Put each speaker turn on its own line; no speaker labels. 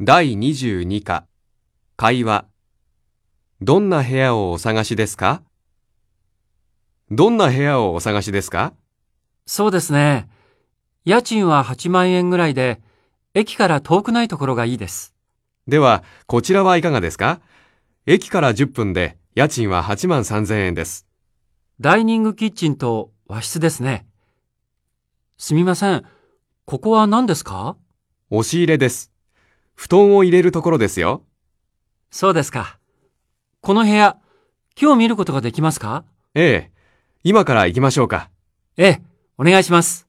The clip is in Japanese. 第22課、会話。どんな部屋をお探しですかどんな部屋をお探しですか
そうですね。家賃は8万円ぐらいで、駅から遠くないところがいいです。
では、こちらはいかがですか駅から10分で、家賃は8万3000円です。
ダイニングキッチンと和室ですね。すみません。ここは何ですか
押し入れです。布団を入れるところですよ。
そうですか。この部屋、今日見ることができますか
ええ。今から行きましょうか。
ええ、お願いします。